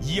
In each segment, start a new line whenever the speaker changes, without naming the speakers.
以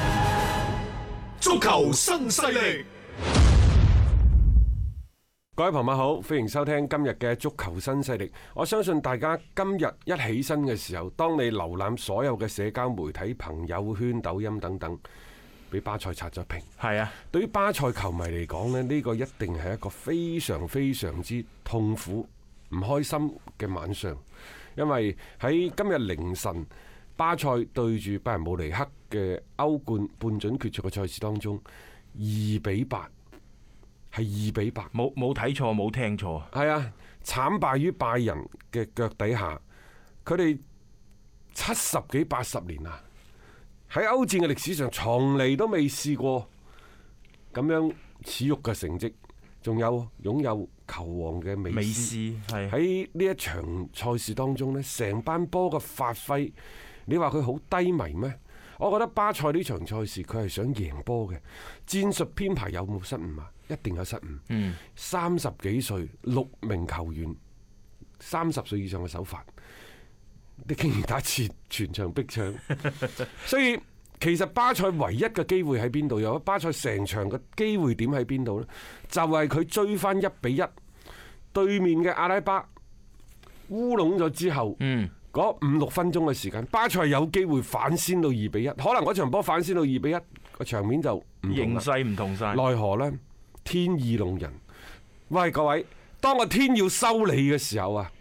足球新勢力，
各位朋友好，歡迎收聽今日嘅足球新勢力。我相信大家今日一起身嘅時候，當你瀏覽所有嘅社交媒體、朋友圈、抖音等等，俾巴塞刷咗屏。
係啊，
對於巴塞球迷嚟講咧，呢、個一定係一個非常非常之痛苦、唔開心嘅晚上，因為喺今日凌晨，巴塞對住拜仁慕尼黑嘅歐冠半準決賽嘅賽事當中，二比八係二比八。
冇冇睇錯，冇聽錯，
係啊，慘敗於拜仁嘅腳底下，佢哋七十幾八十年啊，喺歐戰嘅歷史上，從嚟都未試過咁樣恥辱嘅成績，仲有擁有球王嘅美
美
斯。
斯係
喺呢一場賽事當中呢，成班波嘅發揮，你話佢好低迷咩？我覺得巴塞呢場賽事佢係想贏波嘅，戰術編排有冇失誤啊？一定有失誤。三十幾歲六名球員，三十歲以上嘅手法，你竟然打切全場逼搶，所以。其實巴塞唯一嘅機會喺邊度？有巴塞成場嘅機會點喺邊度呢？就係、佢追翻一比一，對面嘅阿拉巴烏龍咗之後，嗰五六分鐘嘅時間，巴塞有機會反先到二比一，可能嗰場波反先到二比一，個場面就唔同
形
啦。
勢唔同晒，
奈何呢？天意弄人。喂，各位，當個天要收你嘅時候啊，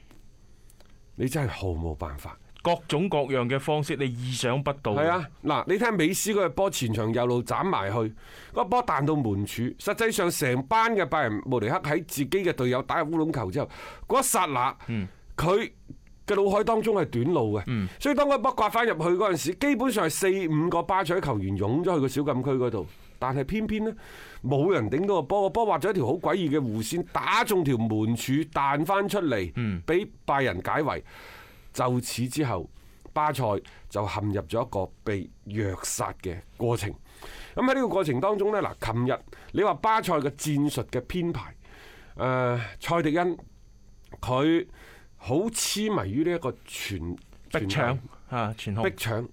你真係毫無辦法。
各種各樣嘅方式你意想不到。
係，啊，嗱，你睇美斯嗰個波前場右路斬埋去，個波彈到門柱。實際上成班嘅拜仁慕尼黑喺自己嘅隊友打入烏龍球之後，嗰一剎那，佢嘅腦海當中係短路嘅。所以當個波刮翻入去嗰陣時，基本上係四五個巴塞球員湧咗去個小禁區嗰度。但係偏偏呢，冇人頂到個波，個波畫咗一條好詭異嘅弧線，打中條門柱彈翻出嚟，俾拜仁解圍。就此之後，巴塞就陷入咗一個被虐殺嘅過程。咁喺呢個過程當中呢，嗱，琴日你話巴塞嘅戰術嘅編排，誒、呃蔡迪恩佢好痴迷於呢一個全
逼搶啊，全控
逼搶，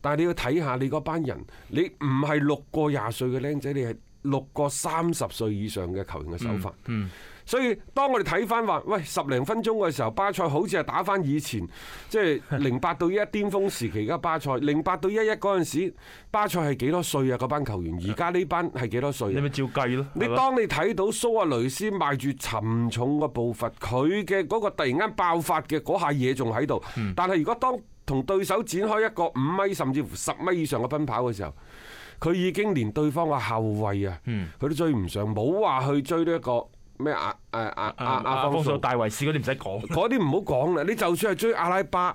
但係你要睇下你嗰班人，你唔係六個廿歲嘅僆仔，你係六個三十歲以上嘅球員嘅手法。所以當我哋睇翻話，喂十零分鐘嘅時候，巴塞好似係打翻以前即係零八到一巔峰時期嘅巴塞，零八到一一嗰陣時，巴塞係幾多歲啊？嗰班球員而家呢班係幾多歲
你
啊？
咪照計咯。
你
係嘛
當你睇到蘇亞雷斯邁住沉重嘅步伐，佢嘅嗰個突然間爆發嘅嗰下嘢仲喺度，但係如果當同對手展開一個五米甚至乎十米以上嘅奔跑嘅時候，佢已經連對方嘅後衞啊，佢都追唔上，冇話去追呢一個咩阿誒阿阿
啊
阿
阿
方
方素
素，
大維斯嗰啲唔使講，
嗰啲唔好講啦，你就算係追阿拉巴，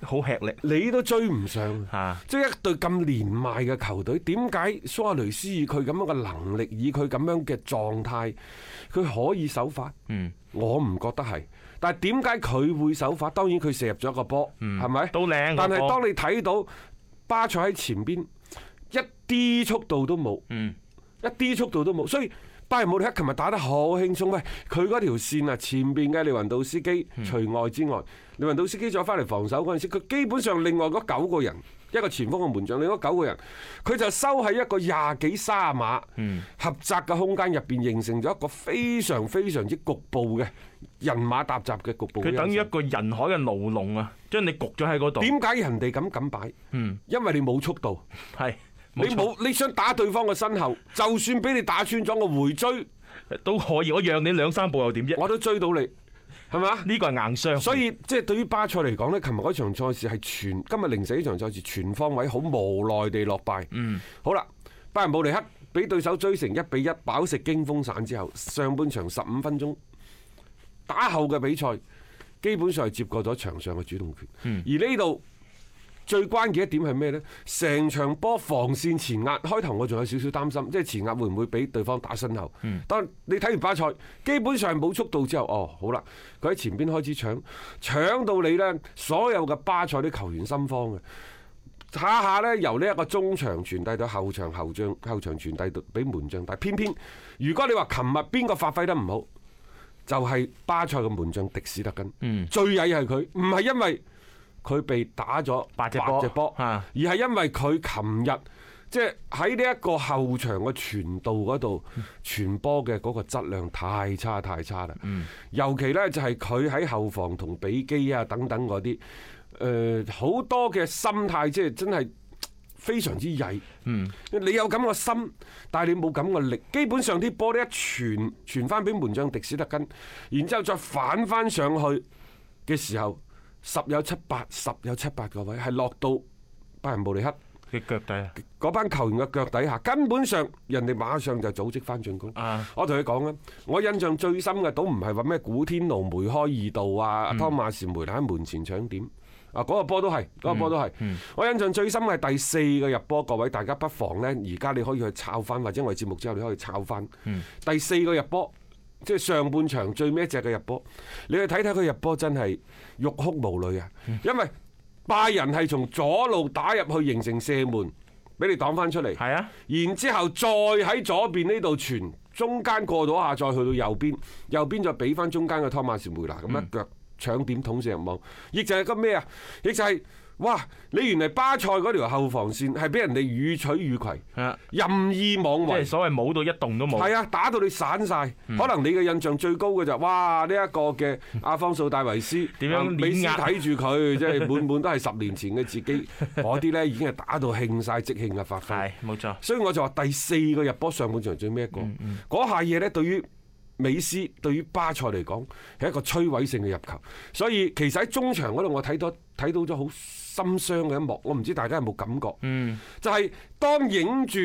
好吃力
你都追唔上。
嚇。
即係一隊咁年邁嘅球隊，點解蘇亞雷斯以佢咁樣嘅能力，以佢咁樣嘅狀態，佢可以首發？
嗯，
我唔覺得係。但係點解佢會首發？當然佢射入咗一個波，係咪、
嗯都靚
但
個
係
波
當你睇到巴塞喺前邊一啲速度都冇，
嗯
一啲速度都冇，所以。拜仁慕尼黑琴日打得好輕鬆，喂，佢嗰條線啊，前邊嘅利雲道斯基除外之外，利雲道斯基再翻嚟防守嗰陣時，佢基本上另外嗰九個人，一個前鋒嘅門將，另外九個人，佢就收喺一個廿幾卅碼狹窄嘅空間入邊，形成咗一個非常非常之局部嘅人馬搭雜嘅局部
佢
嘅優勢。
等於一個人海嘅牢籠啊，將你焗咗喺嗰度。
點解人哋咁咁擺？
嗯，
因為你冇速度，
係
你冇你想打對方嘅身後，就算俾你打穿咗，我回追
都可以，我讓你兩三步又點啫？
我都追到你，係咪啊？
呢個係硬傷，
所以即係對於巴塞嚟講呢，琴日嗰場賽事係全今日零四呢場賽事全方位好無奈地落敗。嗯，好啦，拜仁慕尼黑俾對手追成一比一，飽食驚風散之後，上半場十五分鐘打後嘅比賽，基本上係接過咗場上嘅主動權。
嗯
而呢度。最關鍵一點係咩呢？成場波防線前壓，開頭我仲有少少擔心，即係前壓會唔會俾對方打身後？但你睇完巴塞，基本上冇速度之後，哦，好啦，佢喺前邊開始搶，搶到你呢，所有嘅巴塞啲球員心慌嘅。下下呢，由呢一個中場傳遞到後場後將後場傳遞到俾門將，但係偏偏如果你話琴日邊個發揮得唔好，就係、巴塞嘅門將迪斯特根，
嗯
最曳係佢，唔係因為佢被打咗
八隻波啊
而係因為佢琴日即係喺呢一個後場嘅傳導嗰度傳波嘅嗰個質量太差太差啦。
嗯
尤其呢，就係佢喺後防同比基啊等等嗰啲，誒、呃好多嘅心態即係真係。非常之曳，你有咁嘅心，但係你冇咁嘅力。基本上啲波呢一傳傳翻俾門將迪斯特根，然之後再反翻上去嘅時候，十有七八，十有七八個位係落到拜仁慕尼黑
佢腳底啊，
嗰班球員嘅腳底下，根本上人哋馬上就組織翻進攻。
啊
我同你講啦，我印象最深嘅都唔係話咩古天奴梅開二度啊，湯馬士梅拿喺門前搶點。啊！嗰、個波都係，嗰、個波都係。我印象最深係第四個入波，各位大家不妨呢，而家你可以去抄翻，或者我哋節目之後你可以抄翻。第四個入波，即係上半場最尾一隻嘅入波，你去睇睇佢入波真係欲哭無淚啊！因為拜仁係從左路打入去形成射門，俾你擋翻出嚟。
係啊，
然之後再喺左邊呢度傳，中間過到下再去到右邊，右邊再俾翻中間嘅湯馬士梅拿咁
嗯
一腳搶點捅射入網，亦就係個咩啊？亦就係、哇！你原來巴塞嗰條後防線係俾人哋予取予攜，
啊
任意妄
即
為
係。所謂冇到一動都冇。嗯
係啊，打到你散晒。可能你嘅印象最高嘅就係哇呢一個嘅阿方素戴維斯
點樣
啊美
碾
斯
壓
睇住佢，即係滿滿都係十年前嘅自 己。嗰啲呢已經係打到興晒即興嘅發
係。
揮
冇錯，
所以我就話第四個入波上半場最尾一個，
嗯
嗰下嘢呢對於美斯對於巴塞嚟講係一個摧毀性嘅入球，所以其實喺中場嗰度我睇到睇到咗好心傷嘅一幕，我唔知大家有冇感覺？
嗯，
就係當影住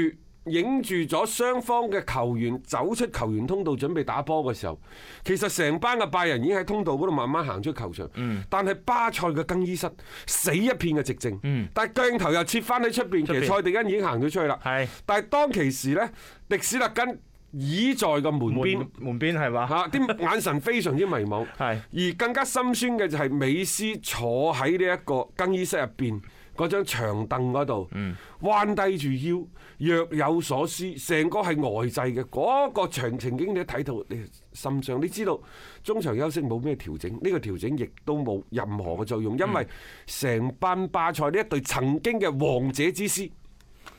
影住咗雙方嘅球員走出球員通道準備打波嘅時候，其實成班嘅拜仁已經喺通道嗰度慢慢行出球場。
嗯
但係巴塞嘅更衣室死一片嘅寂靜。但係鏡頭又切翻喺出邊，其
嗯出邊
實蔡迪恩已經行咗出去啦。
係
但係當其時呢，迪斯特根倚在個門邊
門。門邊係嘛？
嚇，啲眼神非常之迷惘。
係
而更加心酸嘅就係美斯坐喺呢一個更衣室入邊嗰張長凳嗰度，彎低住腰，若有所思，成個係呆滯嘅。嗰、個場情景你一睇到你心上，你知道中場休息冇咩調整，呢、個調整亦都冇任何嘅作用，因為成班巴塞呢一隊曾經嘅王者之師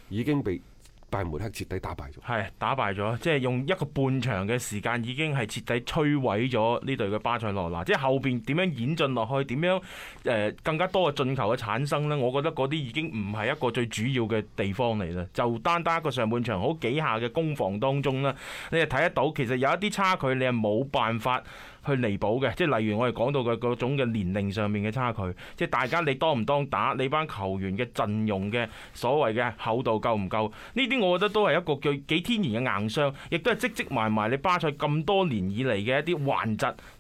已經被拜仁慕尼黑徹底打敗咗。
係打敗咗，即係用一個半場嘅時間已經係徹底摧毀咗呢隊嘅巴塞羅那。即係後邊點樣演進落去，點樣誒、呃更加多嘅進球嘅產生呢？我覺得嗰啲已經唔係一個最主要嘅地方嚟啦。就單單一個上半場好幾下嘅攻防當中呢，你係睇得到其實有一啲差距，你係冇辦法。去彌補嘅，即係例如我哋講到嘅嗰種嘅年齡上面嘅差距，即係大家你當唔當打，你班球員嘅陣容嘅所謂嘅厚度夠唔夠？呢啲我覺得都係一個叫幾天然嘅硬傷，亦都係積積埋埋你巴塞咁多年以嚟嘅一啲頑疾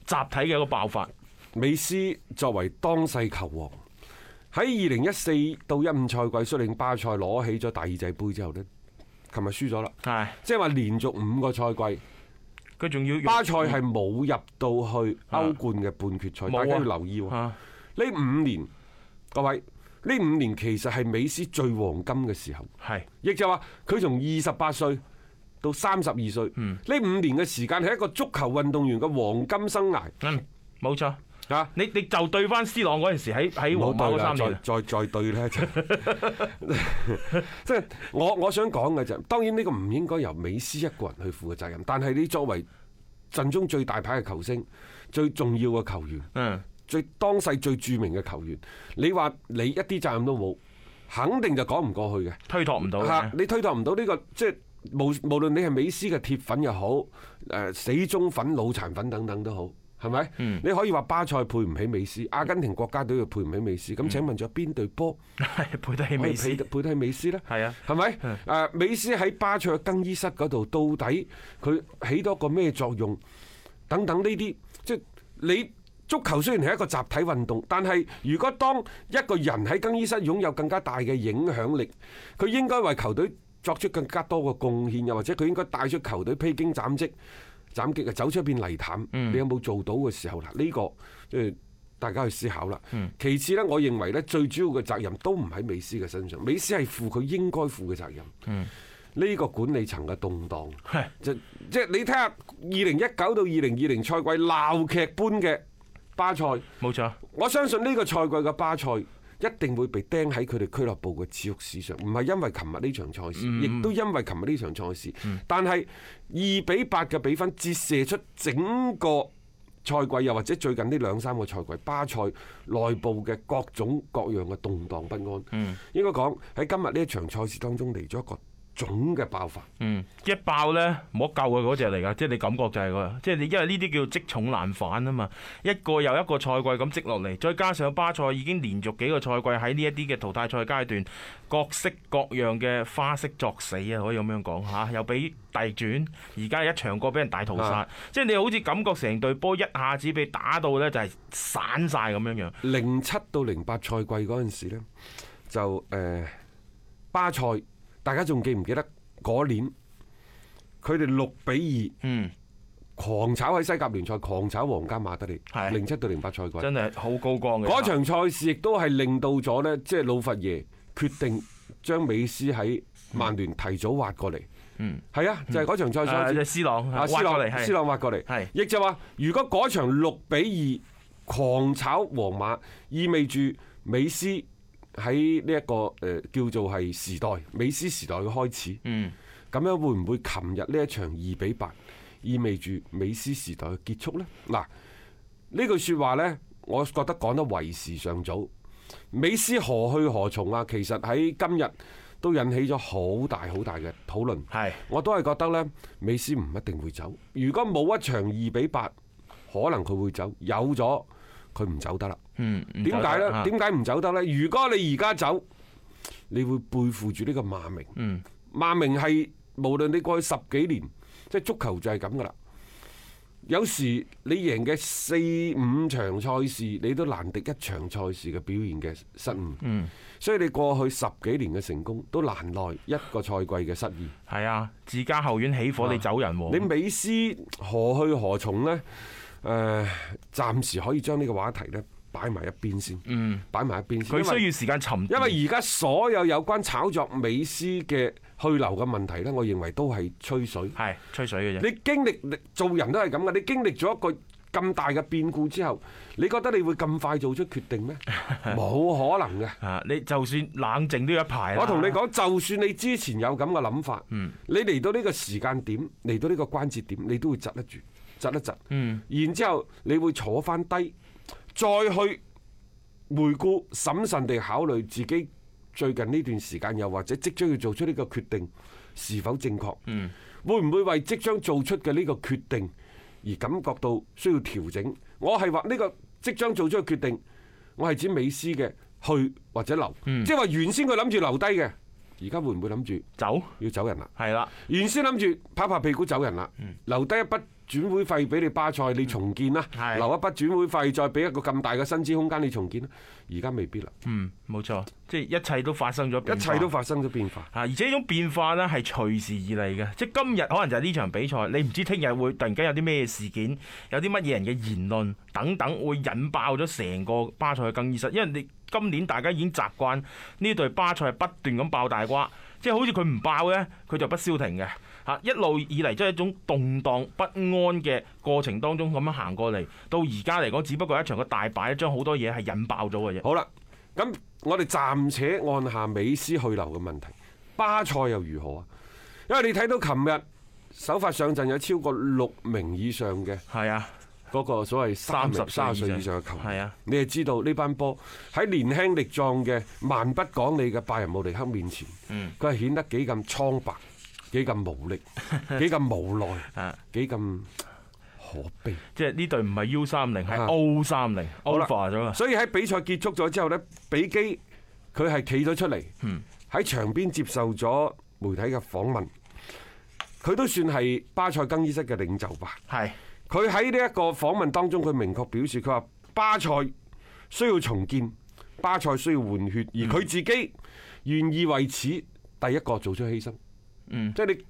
集體嘅一個爆發。
美斯作為當世球王，喺二零一四到一五賽季率領巴塞攞起咗第二隻杯之後呢，琴日輸咗啦，
係，
即係話連續五個賽季，
佢仲要用
巴塞係冇入到去歐冠嘅半決賽，
冇啊
大家要留意喎。
啊
呢五年，各位，呢五年其實係美斯最黃金嘅時候。
係
亦就話佢從二十八歲到三十二歲，呢、
嗯
五年嘅時間係一個足球運動員嘅黃金生涯
嗯冇錯。
啊！
你你就對翻 C 朗嗰陣時喺喺
冇
皇馬
對
嗰
啦，
三
再
年，啊
再再對咧就 即係我我想講嘅就係當然呢個唔應該由美斯一個人去負嘅責任，但係你作為陣中最大牌嘅球星、最重要嘅球員、
嗯
最當世最著名嘅球員，你話你一啲責任都冇，肯定就講唔過去嘅。
推托唔到
嚇、
嘅。
你推託唔到呢個，即係無無論你係美斯嘅鐵粉又好，誒、死忠粉、腦殘粉等等都好。係咪？
嗯
你可以話巴塞配唔起美斯，阿根廷國家隊又配唔起美斯。
嗯
咁請問仲有邊隊波
係配得起
可以
美
配
斯
得，配得起美斯呢？
係啊
係咪？誒，美斯喺巴塞更衣室嗰度，到底佢起到一個咩作用？等等呢啲，即係你足球雖然係一個集體運動，但係如果當一個人喺更衣室擁有更加大嘅影響力，佢應該為球隊作出更加多嘅貢獻，又或者佢應該帶出球隊披荊斬棘、斬棘啊，走出一片泥潭。
嗯
你有冇做到嘅時候啦？呢個即係。大家去思考啦。其次呢，我認為呢最主要嘅責任都唔喺美斯嘅身上，美斯係負佢應該負嘅責任。呢個管理層嘅動盪，就即係你睇下二零一九到二零二零賽季鬧劇般嘅巴塞，
冇錯，
我相信呢個賽季嘅巴塞一定會被釘喺佢哋俱樂部嘅恥辱史上，唔係因為琴日呢場賽事，亦都因為琴日呢場賽事。但係二比八嘅比分折射出整個賽季，又或者最近呢兩三個賽季，巴塞內部嘅各種各樣嘅動盪不安。應該講喺今日呢一場賽事當中嚟咗一個總嘅爆發。
嗯，一爆呢，冇得救嘅嗰只嚟㗎，即係你感覺就係嗰，即係你因為呢啲叫積重難返啊嘛，一個又一個賽季咁積落嚟，再加上巴塞已經連續幾個賽季喺呢一啲嘅淘汰賽階段，各式各樣嘅花式作死啊，可以咁樣講嚇、又俾大轉，而家一場過俾人大屠殺
啊，
即係你好似感覺成隊波一下子被打到呢，就係散晒咁樣樣，
零七到零八賽季嗰陣時咧，就誒、呃巴塞，大家仲記唔記得嗰年佢哋六比二
嗯，
狂炒喺西甲聯賽，狂炒皇家馬德里
係。
零七到零八賽季
真係好高光嘅
嗰場賽事，亦都係令到咗呢，即係老佛爺決定將美斯喺曼聯提早挖過嚟。
嗯，
係啊，就係嗰場賽事
啊就係斯朗，
啊，
挖
斯
過
朗
嚟係
斯朗挖過嚟
係，
亦就話如果嗰場六比二狂炒皇馬，意味住美斯喺呢一個誒、呃叫做係時代美斯時代嘅開始。
嗯，
咁樣會唔會琴日呢一場二比八意味住美斯時代嘅結束呢？嗱，呢句説話呢，我覺得講得為時尚早。美斯何去何從啊？其實喺今日都引起咗好大好大嘅討論。
係。
我都係覺得呢，美斯唔一定會走。如果冇一場二比八，可能佢會走。有咗佢唔走得啦。
嗯，唔
點解
走得
呢？
啊
點解唔走得呢？如果你而家走，你會背負住呢個罵名。
嗯
罵名係無論你過去十幾年，即係足球就係咁噶啦。有時你贏嘅四五場賽事，你都難敵一場賽事嘅表現嘅失誤。
嗯
所以你過去十幾年嘅成功，都難耐一個賽季嘅失意。
係啊，自家後院起火，你走人喎。
啊你美斯何去何從呢？誒、暫時可以將呢個話題呢擺埋一邊先，
嗯，
擺埋一邊先。
佢
因為
需要時間沉嗯澱。
因為而家所有有關炒作美斯嘅去留嘅問題呢，我認為都係吹水。
係吹水嘅啫。
你經歷做人都係咁嘅，你經歷咗一個咁大嘅變故之後，你覺得你會咁快做出決定 咩？冇可能嘅。
啊！你就算冷靜都要一排啦嗯
我同你，講，就算你之前有咁嘅諗法，你嚟到呢個時間點，嚟到呢個關節點，你都會窒得住，窒一窒。
嗯
然之後，你會坐翻低，再去回顧審慎地考慮自己最近呢段時間，又或者即將要做出呢個決定是否正確？
嗯
會唔會為即將做出嘅呢個決定而感覺到需要調整？我係話呢個即將做出嘅決定，我係指美斯嘅去或者留，即係話原先佢諗住留低嘅，而家會唔會諗住
走
要走人啦？
係啦，
原先諗住拍拍屁股走人啦，留低一筆轉會費俾你巴塞，你重建啦，
係
留一筆轉會費，再俾一個咁大嘅薪資空間你重建啦。而家未必啦，
嗯，冇錯，即係一切都發生咗變
一
化，
切都發生咗變化。
啊！而且呢種變化呢係隨時而嚟嘅，即係今日可能就係呢場比賽，你唔知聽日會突然間有啲咩事件，有啲乜嘢人嘅言論等等，會引爆咗成個巴塞嘅更衣室，因為你今年大家已經習慣呢隊巴塞係不斷咁爆大瓜，即係好似佢唔爆呢，佢就不消停嘅。嚇一路以嚟即係一種動盪不安嘅過程當中咁樣行過嚟，到而家嚟講，只不過係一場個大敗，將好多嘢係引爆咗嘅啫。
好啦，咁我哋暫且按下美斯去留嘅問題，巴塞又如何啊？因為你睇到琴日首發上陣有超過六名以上嘅
係啊，
嗰個所謂三十
30
三十歲
歲
以
以上
上嘅球員，
係啊
你係知道呢班波喺年輕力壯嘅蠻不講理嘅拜仁慕尼黑面前，佢係顯得幾咁蒼白，幾咁無力，幾咁無奈
啊，
幾咁可悲。
即係呢隊唔係 U 三零，
啊
係 O 三零
好啦
over 咗啊！
所以喺比賽結束咗之後呢，比基佢係企咗出嚟，喺場邊接受咗媒體嘅訪問，佢都算係巴塞更衣室嘅領袖吧。
係
佢喺呢一個訪問當中，佢明確表示，佢話巴塞需要重建，巴塞需要換血，
嗯
而佢自己願意為此第一個做出犧牲。
嗯
即係你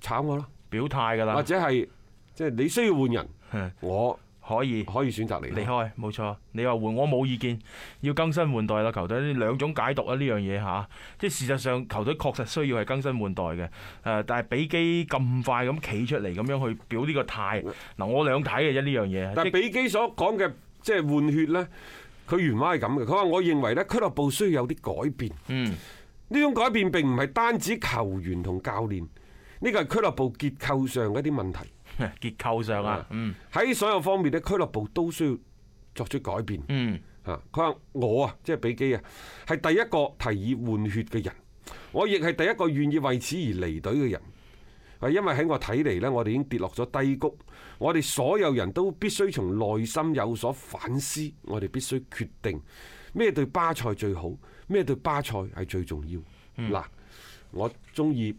炒我啦，
表態㗎
或
啦，
者係即係你需要換人
嗯，
我
可以。
可以選擇你。
離開，冇錯。你話換我冇意見，要更新換代啦，球隊呢兩種解讀啊呢樣嘢嚇，即係事實上球隊確實需要係更新換代嘅。誒、但係比基咁快咁企出嚟咁樣去表呢個態，嗱我兩睇嘅啫呢樣嘢。
嗯但
即
係比基所講嘅即係換血呢，佢原話係咁嘅。佢話：我認為呢，俱樂部需要有啲改變。
嗯
呢種改變並唔係單指球員同教練，呢個係俱樂部結構上嘅一啲問題。
結構上啊，嗯
喺所有方面呢，俱樂部都需要作出改變。
嗯
啊，佢話我啊，即係比基啊，係第一個提議換血嘅人，我亦係第一個願意為此而離隊嘅人。係因為喺我睇嚟呢，我哋已經跌落咗低谷，我哋所有人都必須從內心有所反思，我哋必須決定咩對巴塞最好，咩對巴塞係最重要。
嗯
嗱、我中意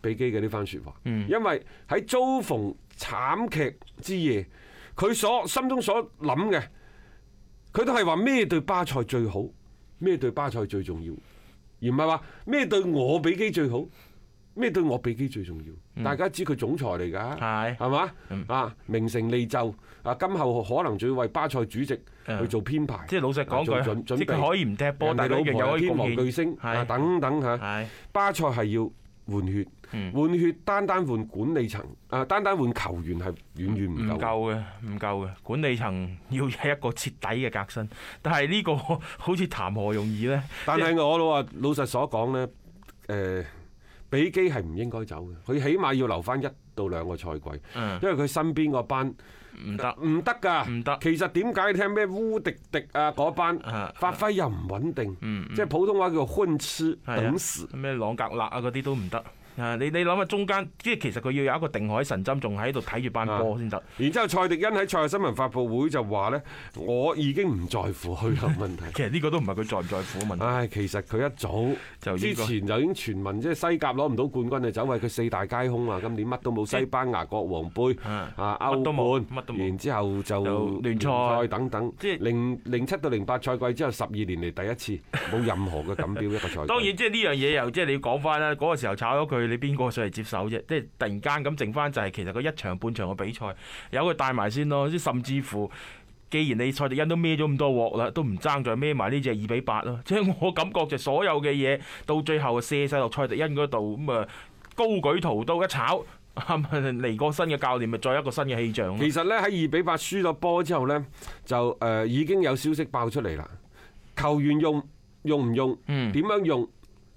比基嘅呢番説話，
嗯
因為喺遭逢慘劇之夜，佢所心中所諗嘅。佢都係話咩對巴塞最好，咩對巴塞最重要，而唔係話咩對我比基最好，咩對我比基最重要。大家知佢總裁嚟㗎，
嗯係嗯
係嘛？啊，名成利就啊，今後可能仲要為巴塞主席去做編排。
嗯即係老實講
啊做
句
準，準
即係
備
佢可以唔踢波，
人
但
哋
係佢一
老
樣
婆
有
有
可以
天王巨
貢獻。
星啊，
係
等等嚇。
係嗯
巴塞係要換血，換血單單換管理層啊，單單換球員係遠遠
唔
唔夠。
夠嘅，唔夠嘅，管理層要有一個徹底嘅革新，但係呢個 好似談何容易呢？
但係我老話老實所講呢，誒、比基係唔應該走嘅，佢起碼要留翻一到兩個賽季，
嗯
因為佢身邊嗰班
唔得。
唔得㗎，
唔得
其實點解你聽咩烏迪迪啊嗰班
啊嗯
發揮又唔穩定，即係普通話叫混吃
係啊
等死。
咩朗格勒啊嗰啲都唔得。啊！你你諗下中間，即係其實佢要有一個定海神針，仲喺度睇住班波先得。
然之後，蔡迪恩喺賽後新聞發佈會就話呢：「我已經唔在乎虛後問題。
其實呢個都唔係佢在唔在乎嘅問題。
唉，其實佢一早
就
之
應該
前就已經傳聞，即係西甲攞唔到冠軍就走為佢四大皆空啊！今年乜都冇，西班牙國王杯
啊
啊
乜都冇
歐
乜都
冠，
冇
然之後就
就聯賽
等等
即。係
零零七到零八賽季之後，十二年嚟第一次冇任何嘅錦標一個賽 季。
當然，即係呢樣嘢又即係你要講翻啦。嗰個時候炒咗佢，你邊個上嚟接手啫？即係突然間咁剩翻就係其實佢一場半場嘅比賽，由佢帶埋先咯。即係甚至乎，既然你蔡迪恩都孭咗咁多鑊啦，都唔爭再孭埋呢只二比八咯。即係我感覺就所有嘅嘢到最後卸晒落蔡迪恩嗰度，咁啊高舉屠刀一炒，嚟個新嘅教練咪再一個新嘅氣象咯。
其實呢，喺二比八輸咗波之後呢，就誒、呃已經有消息爆出嚟啦。球員用用唔用，點
嗯
樣用，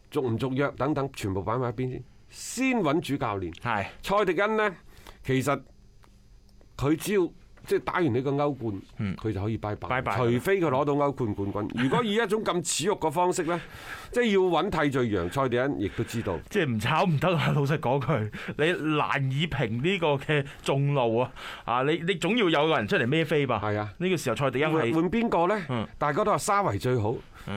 續唔續約等等，全部擺埋一邊先，先揾主教練。
係
蔡迪恩呢，其實佢只要即係打完呢個歐冠，佢、就可以拜拜。
嗯拜拜
除非佢攞到歐冠冠軍。如果以一種咁恥辱嘅方式 呢，即係要揾替罪羊，蔡迪恩亦都知道。
即係唔炒唔得啊！老實講句，你難以平呢個嘅眾怒啊！啊，你你總要有個人出嚟孭飛吧？
係啊
呢個時候蔡迪恩
換
係
換邊個呢
嗯？
大家都話沙維最好。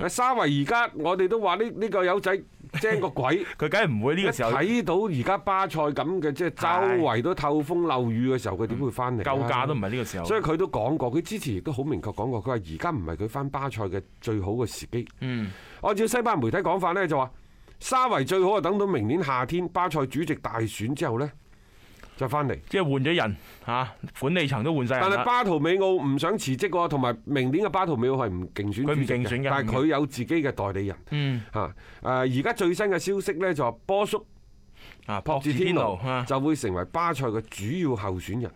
沙維而家我哋都話呢呢個友仔精個鬼。
佢梗係唔會呢
一
個時候
睇到而家巴塞咁嘅，即係周圍都透風漏雨嘅時候，佢點會翻嚟啊？
救駕嗯都唔係呢個時候。
所以佢都講過，佢之前亦都好明確講過，佢話而家唔係佢翻巴塞嘅最好嘅時機。
嗯，
按照西班牙媒體講法呢，就話沙維最好啊，等到明年夏天巴塞主席大選之後呢，就翻嚟。
即係換咗人嚇、啊管理層都換晒
但
人
係
啦。
巴圖美奧唔想辭職喎，同埋明年嘅巴圖美奧係唔競選主席，
佢唔競選嘅
但係佢有自己嘅代理人
嗯
嚇。誒而家最新嘅消息呢，就話波叔
啊，博
哲
智
天
天奴
奴
啊，
就會成為巴塞嘅主要候 選人，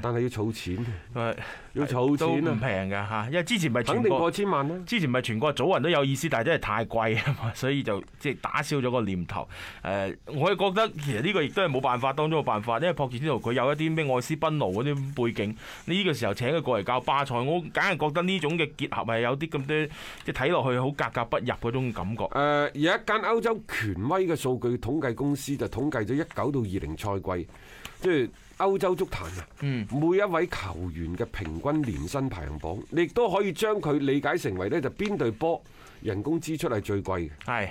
但係要儲錢，
誒
要儲
都唔
錢啊，
平㗎嚇，因為之前咪全
肯定過
國
千萬啦。
之前咪全國早人都有意思，但係真係太貴啊嘛， 所以就即係打消咗個念頭。誒、我係覺得其實呢個亦都係冇辦法當中嘅辦法，因為博智天奴佢有一啲咩愛斯賓奴嗰啲背景，呢、個時候請佢過嚟教巴塞，我梗係覺得呢種嘅結合係有啲咁多即係睇落去好格格不入嗰種感覺
誒、。有一間歐洲權威嘅數據統計公司就統計咗一九到二零賽季，即係歐洲足壇啊，
嗯
每一位球員嘅平均年薪排行榜，你亦都可以將佢理解成為呢，就邊隊波人工支出係最貴嘅，
係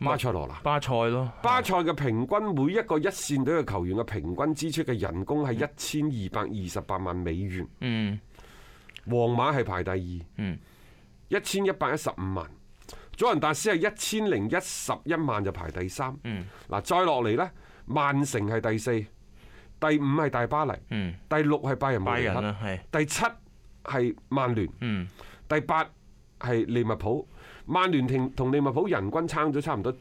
巴塞羅那。
巴塞咯，
巴塞嘅平均每一個一線隊嘅球員嘅平均支出嘅人工係一千二百二十八萬美元，
嗯
皇馬係排第二，
嗯
一千一百一十五萬，祖雲達斯係一千零一十一萬就排第三。
嗯
嗱，再落嚟呢，曼城係第四，第五係大巴黎，
嗯，
第六係拜仁慕
拜
尼
仁啊
黑，
啦，係
第七係曼聯，
嗯
第八係利物浦。曼聯停同利物浦人均撐咗差唔多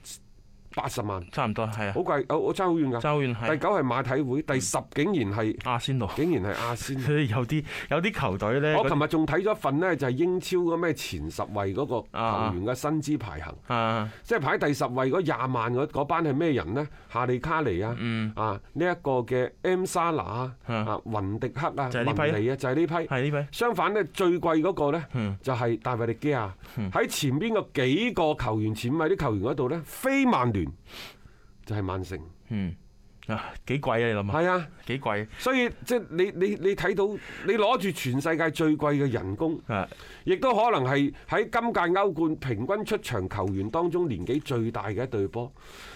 八十萬，
差唔多係啊
好，貴，我我爭好遠㗎。
周遠
第
係嗯
九係馬體會，第十竟然係
阿仙奴，
竟然係 阿仙奴。
所以有啲有啲球隊咧，
我琴日仲睇咗一份呢，就係英超嗰咩前十位嗰個球員嘅薪資排行，
啊
即係排第十位嗰廿萬嗰嗰班係咩人呢？夏利卡尼啊，啊呢一個嘅 M 沙拿啊，
嗯
啊雲迪克啊，
就係呢批
雲尼啊，就係呢批。
係呢位，
相反呢，最貴嗰個呢
嗯，
就係大衛力基亞。喺前邊個幾個球員前位啲球員嗰度呢，非曼聯就係曼城。
嗯啊幾貴啊你諗下，
係啊。
幾貴
所以即係你你你睇到你攞住全世界最貴嘅人工，
啊
亦都可能係喺今屆歐冠平均出場球員當中年紀最大嘅一隊波。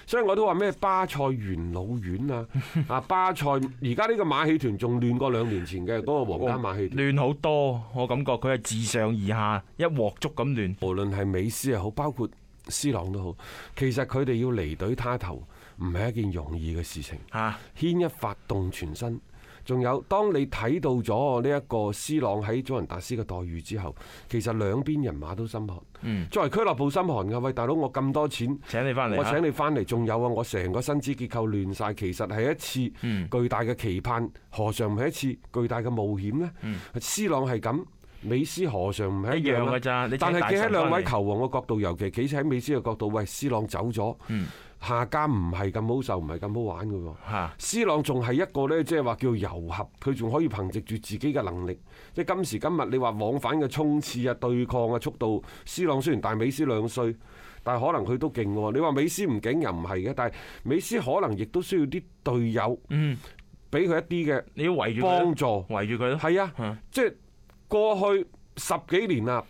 所以我都話咩巴塞元老院啊，啊巴塞而家呢個馬戲團仲亂過兩年前嘅嗰個皇家馬戲團。
亂好多，我感覺佢係自上而下一鑊粥咁亂，
無論係美斯又好，包括斯朗都好，其實佢哋要離隊他投唔係一件容易嘅事情。
啊
牽一發動全身。仲有，當你睇到咗呢一個斯朗喺祖雲達斯嘅待遇之後，其實兩邊人馬都心寒。
嗯
作為俱樂部心寒嘅，喂大佬，我咁多錢，
請你翻嚟
我
啊
請你翻嚟，仲有啊，我成個薪資結構亂晒，其實係一次
嗯
巨大嘅期盼，何嘗唔係一次巨大嘅冒險呢？斯朗係咁。美斯何嘗唔係一
嗯一樣
樣呢
㗎咋你請
但係
大
企
神
喺兩
返
位
嚟
球王嘅角度，尤其企喺美斯嘅角度，喂，斯朗走咗，
嗯
下家唔係咁好受，唔係咁好玩嘅喎。
嚇
斯朗仲係一個呢，即係話叫遊合，佢仲可以憑藉住自己嘅能力，即係今時今日你話往返嘅衝刺啊、對抗啊、速度，斯朗雖然大美斯兩歲，但係可能佢都勁嘅喎。你話美斯唔勁又唔係嘅，但係美斯可能亦都需要啲隊友
嗯，
俾佢一啲
你要圍
嘅
住佢
幫
咯，
助。
圍住佢咯，
係啊
嗯，
即係過去十幾年啦，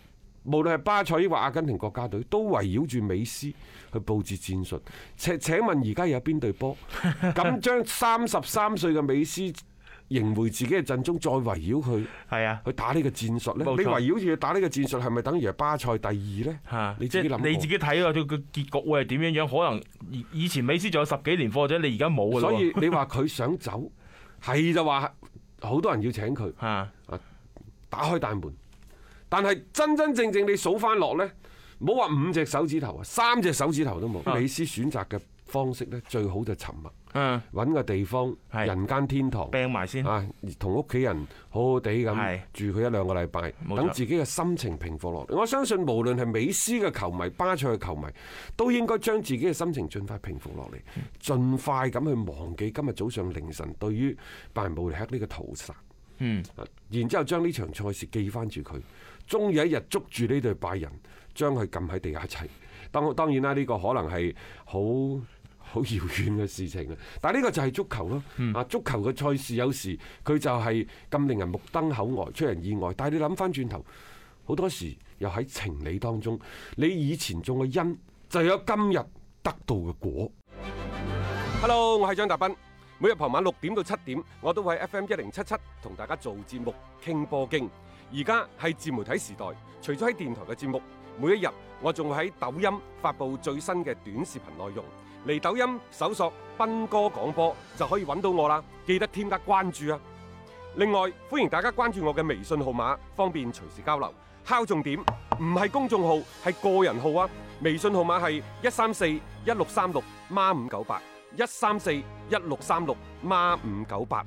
無論係巴塞抑或阿根廷國家隊，都圍繞住美斯去佈置戰術。請請問而家有邊隊 波咁將三十三歲嘅美斯迎回自己嘅陣中，再圍繞佢
係啊。
去打呢個戰術呢？
冇錯
你圍繞住佢打呢個戰術，係咪等於係巴塞第二呢？
嚇！
你
即
自己諗過
係你自己睇啊，佢個結局會係點樣樣？可能以以前美斯仲有十幾年，或者你而家冇噶啦
所
喎。
以你話佢想走，係就話好多人要請佢。
嚇
打開大門。但係真真正正你數翻落呢，唔好話五隻手指頭啊，三隻手指頭都冇。
啊
美斯選擇嘅方式呢，最好就沉默，
嗯，
揾個地方，
係
人間天堂。
病埋先。
啊！同屋企人好好地咁
係
住佢一兩個禮拜，
冇錯
等自己嘅心情平復落嚟。我相信無論係美斯嘅球迷、巴塞嘅球迷，都應該將自己嘅心情盡快平復落嚟，
嗯
盡快咁去忘記今日早上凌晨對於拜仁慕尼黑呢個屠殺。
嗯
啊，然之後將呢場賽事記翻住佢，終有一日捉住呢隊拜仁，將佢撳喺地下砌。當當然啦，呢、個可能係好。 好遙遠嘅事情啊！但係呢個就係足球咯，啊足球嘅賽事有時佢就係咁令人目瞪口呆、出人意外。但係你諗翻轉頭，好多時又喺情理當中，你以前種嘅因，就有今日得到嘅果。Hello，我係張達斌。每日傍晚六點到七點，我都會喺 FM 一零七七同大家做節目傾波經。而家係自媒體時代，除咗喺電台嘅節目，每一日我仲會喺抖音發布最新嘅短視頻內容。嚟抖音搜索斌哥廣播就可以揾到我啦，記得添加關注啊！另外，歡迎大家關注我嘅微信號碼，方便隨時交流。敲重點，唔係公眾號，係個人號啊！微信號碼係一三四一六三六孖五九八。一三四一六三六孖五九八。